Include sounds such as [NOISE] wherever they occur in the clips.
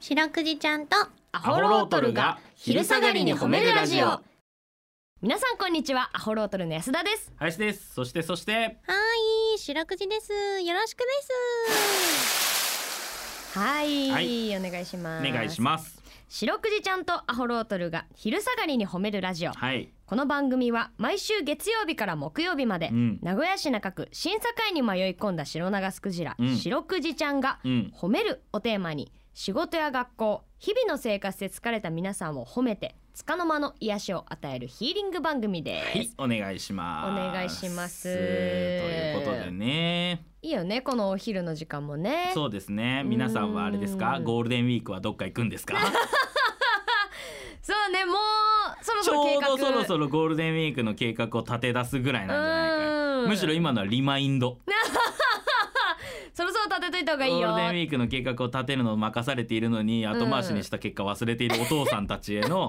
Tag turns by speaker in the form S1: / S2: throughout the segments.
S1: 白くじちゃんと
S2: ア
S3: ホロートルが昼下がりに褒めるラジオ
S2: 皆さんこんにちはアホロートルの安田です
S3: 林ですそしてそして
S1: はい白くじですよろしくです
S2: はい、
S3: は
S2: お願いし
S3: お
S2: ます
S3: 願いします
S2: 白くじちゃんとアホロートルが昼下がりに褒めるラジオ
S3: はい
S2: この番組は毎週月曜日から木曜日まで、
S3: うん
S2: 名古屋市中区審査会に迷い込んだ白長スクジラ、
S3: うん
S2: 白くじちゃんが
S3: うん
S2: 褒めるおテーマに仕事や学校日々の生活で疲れた皆さんを褒めて束の間の癒しを与えるヒーリング番組です、
S3: はい
S2: い、
S3: お願いします
S2: お願いします
S3: ということでね
S2: いよねこのお昼の時間もね
S3: そうですね皆さんはあれですか
S2: うん
S3: ゴールデンウィークはどっか行くんですか
S2: そうねもうそろ
S3: ち
S2: そろ計
S3: ょう
S2: 画
S3: どそろそろゴールデンウィークの計画を立て出すぐらいなんじゃないか
S2: う
S3: よ
S2: ん
S3: むしろ今のはリマインド
S2: そろそろ立てといた方がいい
S3: ゴー
S2: よ
S3: ルデンウィークの計画を立てるのを任されているのに後回しにした結果忘れているお父さんたちへの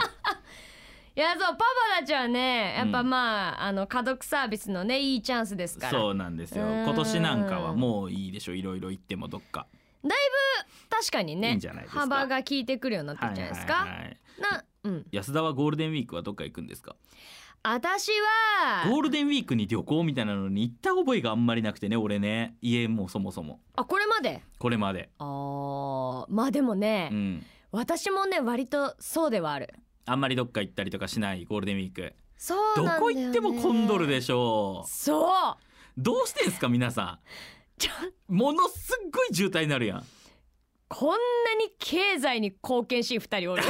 S2: いやそうパパたちはねやっぱ
S3: うん
S2: まあ,、あの家族サービスのねいいチャンスですから
S3: そうなんですよ
S2: うん
S3: 今年なんかはもういいでしょいろいろ行ってもどっか
S2: 確かにね
S3: いいんじゃないですか
S2: 幅が効いてくるようになってるじゃないですか、
S3: はいはいはい
S2: なうん
S3: 安田はゴールデンウィークはどっか行くんですか
S2: 私
S3: ゴ
S2: は
S3: ールデンウィークに旅行みたいなのに行った覚えがあんまりなくてね俺ね家もそもそも
S2: あこれまで
S3: これまで、
S2: あーまあでもね、
S3: うん、
S2: 私もね割とそうではある
S3: あんまりどっか行ったりとかしないゴールデンウィーク
S2: そう
S3: ど
S2: なんだよ、
S3: こ
S2: ね、
S3: 行っても混んどるで
S2: し
S3: しょう
S2: そう
S3: どうしてんすか皆さ
S2: ちょ
S3: んものすっごい渋滞になるやん
S2: こんなに経済に貢献しい二
S3: [LAUGHS]
S2: 人おる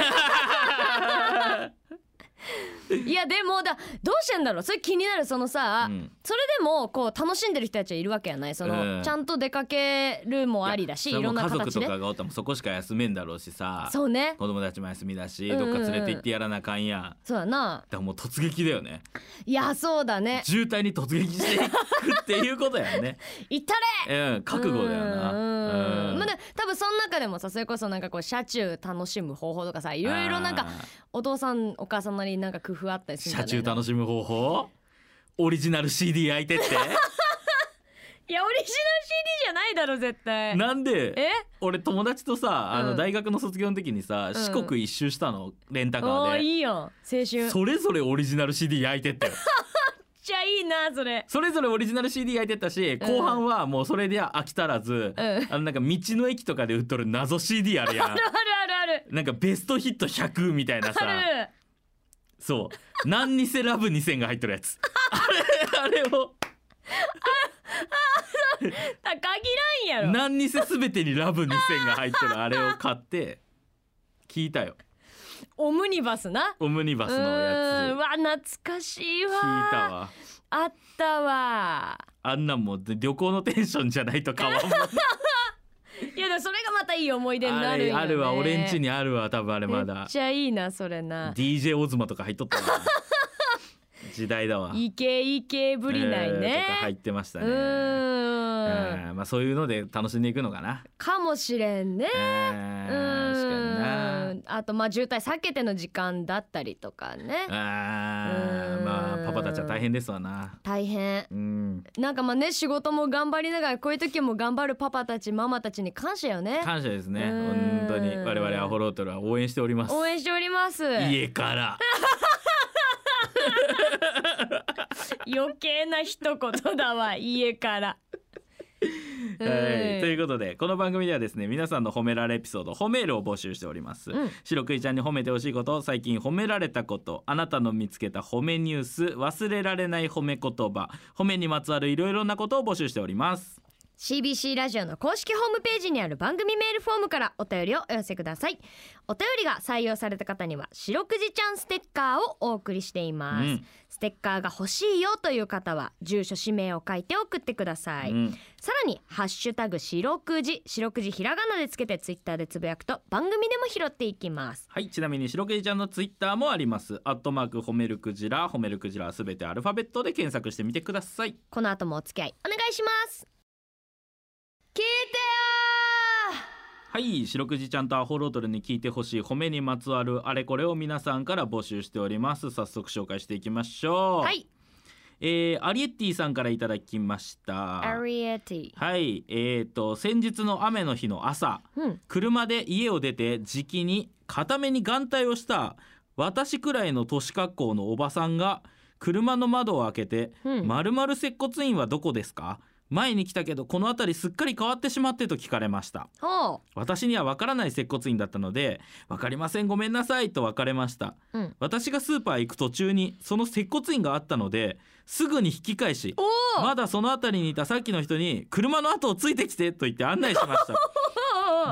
S2: いやでもだどうしてんだろうそれ気になるそのさ、
S3: うん
S2: それでもこう楽しんでる人たちはいるわけやないその、
S3: うん
S2: ちゃんと出かけるもありだしい
S3: それ
S2: ろ
S3: も
S2: んな
S3: 家族
S2: 形
S3: と
S2: で
S3: かがおったらもうそこしか休めんだろうしさ
S2: そうね
S3: 子供たちも休みだし
S2: うんうん
S3: ど
S2: う
S3: っ
S2: ん
S3: か連れて行ってやらなあかんやんだか
S2: そうやな
S3: らもう突撃だよね
S2: いやそうだね
S3: 渋滞に突撃していくっていうこと
S2: [LAUGHS]
S3: やんね
S2: 行ったれ
S3: うん覚悟だよな
S2: うん
S3: うん
S2: まあ、で多分その中でもさそれこそなんかこう車中楽しむ方法とかさいろいろなんか
S3: あー
S2: お父さんお母さんなりになんか工夫あったりするんじゃ
S3: 車
S2: ない
S3: 中楽しむ方法オリジナル CD 焼いてって
S2: [LAUGHS] いやオリジナル CD じゃないだろ絶対
S3: なんで
S2: え
S3: 俺友達とさあ
S2: うん
S3: の大学の卒業の時にさ、
S2: うん
S3: 四国一周したのレンタカ
S2: お
S3: ー
S2: ー
S3: で
S2: いいよ青春めっ
S3: それぞれオリジナル CD 焼いてっ
S2: [LAUGHS]
S3: たよ
S2: ちゃいいなそれ
S3: それぞれオリジナル CD 焼いてったし後半はもうそれでは飽き足らず、
S2: うん
S3: あのなんか道の駅とかで売っとる謎 CD あるやん
S2: あるあるある
S3: なんかベストヒット100みたいな
S2: あ
S3: さ
S2: るある
S3: そう「何にせラブ2000」が入ってるやつあれあれを
S2: あ限らんやろ
S3: 何にせ全てにラブ2000が入ってるあれを買って聞いたよ
S2: オムニバスな
S3: オムニバスの
S2: うー
S3: や
S2: んわ懐かしい
S3: つ
S2: わ
S3: 聞いたわ
S2: あったわ
S3: あんなんもう旅行のテンションじゃないとかはもう
S2: いやでもそれがまたいい思い出にな
S3: あ
S2: るよ、ね、
S3: れあるわ俺んちにあるわ多分あれま
S2: めっ
S3: だ
S2: ちゃいいなそれな
S3: DJ オズマとか入っとったわ
S2: [LAUGHS]
S3: 時代だわ
S2: イケイケぶりない
S3: えー
S2: ね
S3: とか入ってました
S2: う
S3: ね
S2: ーん
S3: うんまあそういうので楽しんでいくのかな
S2: かもしれんねう
S3: うん確かにな
S2: ーんあとまあ渋滞避けての時間だったりとかね
S3: あ
S2: う
S3: ー
S2: ん
S3: まあパパたちは大変ですわな
S2: 大変
S3: うん
S2: なんかまあね仕事も頑張りながらこういう時も頑張るパパたちママたちに感謝よね
S3: 感謝ですね
S2: うん
S3: 本当に我々アホロートルは応援しております
S2: 応援しております
S3: 家から
S2: 余計な一言だわ家
S3: [LAUGHS]
S2: から。はい
S3: はい、ということでこの番組ではですね皆さんの褒められエピソード褒めるを募集しております、
S2: うん
S3: 白くいちゃんに褒めてほしいこと最近褒められたことあなたの見つけた褒めニュース忘れられない褒め言葉褒めにまつわるいろいろなことを募集しております
S2: CBC ラジオの公式ホームページにある番組メールフォームからお便りをお寄せくださいお便りが採用された方には「白くじちゃんステッカー」をお送りしています、
S3: うん
S2: ステッカーが欲しいよという方は住所氏名を書いて送ってください、
S3: うん
S2: さらに「ハッシュタグ白くじ」白くじひらがなでつけてツイッターでつぶやくと番組でも拾っていきます
S3: はいちなみに白くいちゃんのツイッターもありますアットマーク褒めるクジラ褒めるクジラはすべてアルファベットで検索してみてください
S2: この後もお付き合いお願いします聞いてよ
S3: はい白くじちゃんとアホロートルに聞いてほしい褒めにまつわるあれこれを皆さんから募集しております早速紹介していきましょう
S2: はい
S3: えーアリエッティさんからいただきました
S2: アリエティ
S3: はいえー、と先日の雨の日の朝
S2: うん
S3: 車で家を出てじきに固めに眼帯をした私くらいの年格好のおばさんが車の窓を開けて
S2: うん、
S3: まるまる接骨院はどこですか前に来たけどこの辺りすっかり変わってしまってと聞かれました
S2: ほ
S3: 私には分からない接骨院だったので「分かりませんごめんなさい」と別れました
S2: う、うん、
S3: 私がスーパー行く途中にその接骨院があったのですぐに引き返し
S2: おお、
S3: まだその辺りにいたさっきの人に「車の後をついてきて」と言って案内しまし
S2: [LAUGHS]
S3: た
S2: おー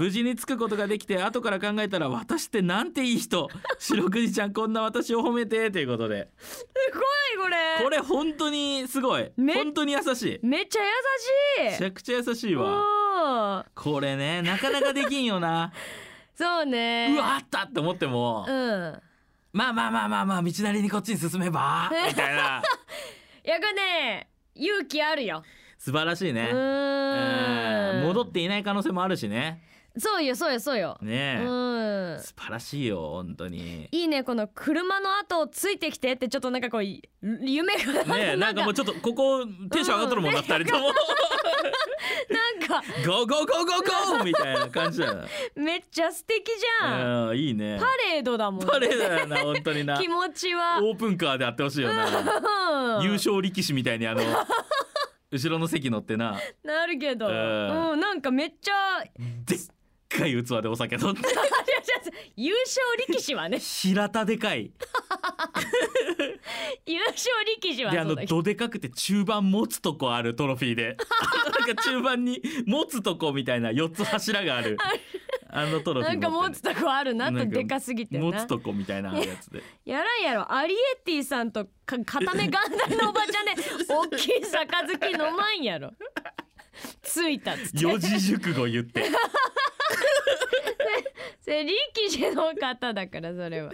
S3: 無事に着くことができて後から考えたら私ってなんてい
S2: [LAUGHS]
S3: い人白くじちゃんこんな私を褒めてということです
S2: ごいこれ
S3: これ本当にすごい
S2: め
S3: 本当に優しい
S2: めっちゃ優し
S3: めち
S2: い
S3: ゃくちゃ優しい
S2: お
S3: わ
S2: おー
S3: これねなかなかできんよ [LAUGHS] な
S2: そうね
S3: うわあったって思っても、
S2: うん
S3: まあまあまあまあまあ道なりにこっちに進めばみたいない
S2: やこれね勇気あるよ、
S3: 素晴らしいうね
S2: ー
S3: うん
S2: ん
S3: 戻っていない可能性もあるしね
S2: そうよそうよそうよ、
S3: ねえ、
S2: うん
S3: 素晴らしいよ本当に
S2: いいねこの車の後をついてきてってちょっとなんかこうい夢が
S3: ねえなんかもうちょっとここテンション上がっとるもんな二人とも
S2: なんか
S3: ゴーゴーゴーゴーゴーみたいな感じだよ
S2: めっちゃ素敵じゃん
S3: [LAUGHS] うんいいね
S2: パレードだもん
S3: パレードだよな本当に [LAUGHS] な
S2: 気持ちは
S3: オープンカーであってほしいよ
S2: う
S3: な
S2: ん
S3: 優勝力士みたい [LAUGHS] にあの後ろの席乗ってな
S2: なるけど、
S3: う
S2: うんん、なんかめっちゃ [LAUGHS]
S3: でっかい器でお酒飲んで
S2: 優勝力士はね
S3: 平田で
S2: [LAUGHS]
S3: かい
S2: 優勝力士は
S3: であ
S2: そ
S3: の
S2: うだけど
S3: どでかくて中盤持つとこあるトロフィ
S2: [LAUGHS]
S3: ーでなんか中盤に持つとこみたいな4つ柱が
S2: [LAUGHS]
S3: あるあのトロフィ
S2: な
S3: ー
S2: んか持つとこあるな
S3: な
S2: と
S3: んか
S2: でかすぎて
S3: 持
S2: な
S3: つとこみたいなや
S2: [LAUGHS]
S3: つで
S2: やらんやろアリエッティさんとか片目眼帯のおばちゃん
S3: [LAUGHS]
S2: で大きい杯飲まんやろついたっつって
S3: 四字熟語言って
S2: それ力士の方だからそれは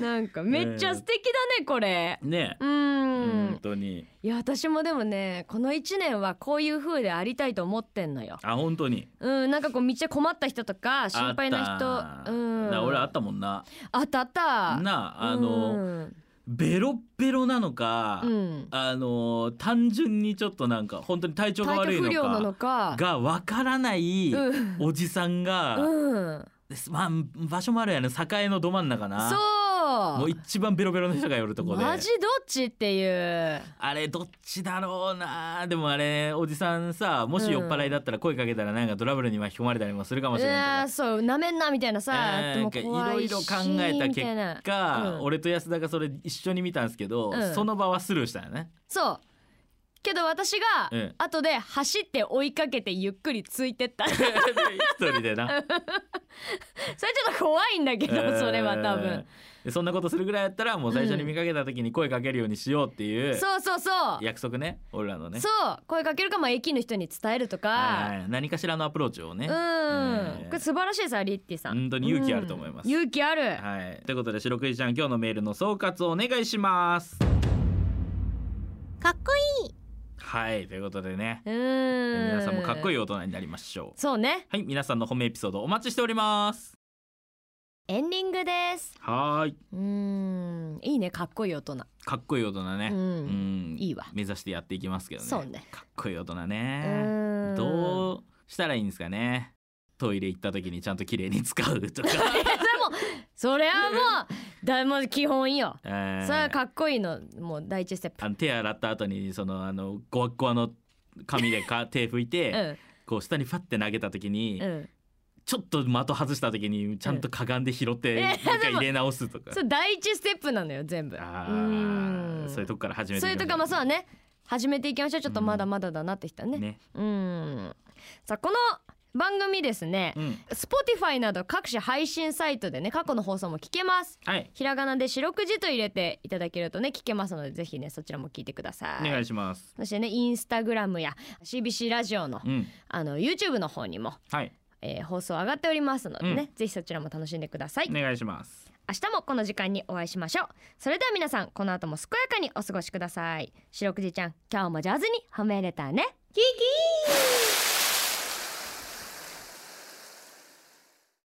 S2: なんかめっちゃ素敵だねこれ [LAUGHS]
S3: ね
S2: う
S3: 本
S2: ん
S3: 当に
S2: いや私もでもねこの1年はこういう風でありたいと思ってんのよ
S3: あ本当に
S2: うん、なんかこう道で困った人とか心配
S3: あ
S2: な
S3: った
S2: 人、うん、
S3: な俺あったもんな
S2: あったあった
S3: なあの
S2: うん
S3: ベロッベロなのか
S2: うん、
S3: あの単純にちょっとなんか本当に体調が
S2: 体
S3: 悪い
S2: 調不良な
S3: の
S2: のか
S3: かがわからない
S2: うん、
S3: おじさんが
S2: うん、
S3: ですまあ場所もあるやね栄のど真ん中な
S2: そ
S3: も
S2: うう
S3: 一番ベロベロの人が寄るとこで
S2: マジどっちっていう
S3: あれどっちだろうなでもあれおじさんさもし酔っ払いだったら声かけたらなんかトラブルに巻き込まれたりもするかもしれな
S2: え
S3: い
S2: ー、そうなめんなみたいなさ、
S3: えー
S2: でも
S3: なんか
S2: 怖
S3: い
S2: い
S3: ろ
S2: ろ
S3: いろ考えた結果
S2: いな
S3: が、
S2: うん
S3: 俺と安田がそれ一緒に見たんですけど、
S2: うん
S3: その場はスルーしたよね [LAUGHS]
S2: そうけど私
S3: う
S2: が
S3: ん
S2: 後で走って追いかけてゆっくりついて
S3: [LAUGHS]
S2: ったそれちょ
S3: 一人でな、
S2: っと [LAUGHS] 怖いんだけど、
S3: えー
S2: それは多分
S3: でそんなことするぐらいやったらもう最初に見かけた時に声かけるようにしようっていう
S2: そうそうそう
S3: 約束ね俺らのね
S2: そう声かけるかまあ駅の人に伝えると
S3: は
S2: か
S3: い何かしらのアプローチをね、
S2: うん、
S3: えー
S2: これ素晴らしいですアリッティさん
S3: 本当に勇気あると思います
S2: うん勇気ある
S3: はい、ということで白クイちゃん今日のメールの総括をお願いします
S1: かっこいい
S3: はいということでね
S2: うん
S3: 皆さんもかっこい
S2: い
S3: い大人になりましょう
S2: そうね
S3: はい皆さんの褒めエピソードお待ちしております
S2: エンディングです
S3: はーい
S2: うんいいねかっこいい大人
S3: かっこいい大人ね
S2: うん
S3: ん
S2: いいわ
S3: 目指してやっていきますけどね
S2: そうね
S3: かっこいい大人ね
S2: うん
S3: どうしたらいいんですかねトイレ行った時にちゃんと綺麗に使う
S2: [LAUGHS]
S3: とか
S2: それはもうだいもう基本よ
S3: えー
S2: それはかっこいいのもう第一ステップ
S3: あの手洗った後にそのあのゴワッゴワの紙でか手拭い
S2: [LAUGHS]
S3: て、
S2: うん
S3: こう下にファって投げた時に、
S2: うん
S3: ちょっと的外した時にちゃんとかがんで拾って
S2: うん
S3: もう一回入れ直すと
S2: [LAUGHS]
S3: か、
S2: それ第一ステップなのよ全部
S3: あ
S2: う
S3: ー
S2: ん
S3: そういうとこから始めて
S2: そういうとかもそうだね始めていきましょうちょっとまだまだだなってきたね、
S3: ね、
S2: うんさあこの番組ですね、
S3: うん、
S2: Spotify など各種配信サイトでね過去の放送も聞けます
S3: はい
S2: ひらがなで四くじと入れていただけるとね聞けますのでぜひねそちらも聞いてくださ
S3: お
S2: い、
S3: 願いします
S2: そしてねインスタグラムや CBC ラジオの
S3: うん
S2: あの YouTube の方にも、
S3: はい
S2: えー放送上がっておりますのでね、ぜひそちらも楽しんでください
S3: お願いします
S2: 明日もこの時間にお会いしましょうそれでは皆さんこの後も健やかにお過ごしください白くじちゃん今日も上手に褒めれたねキキー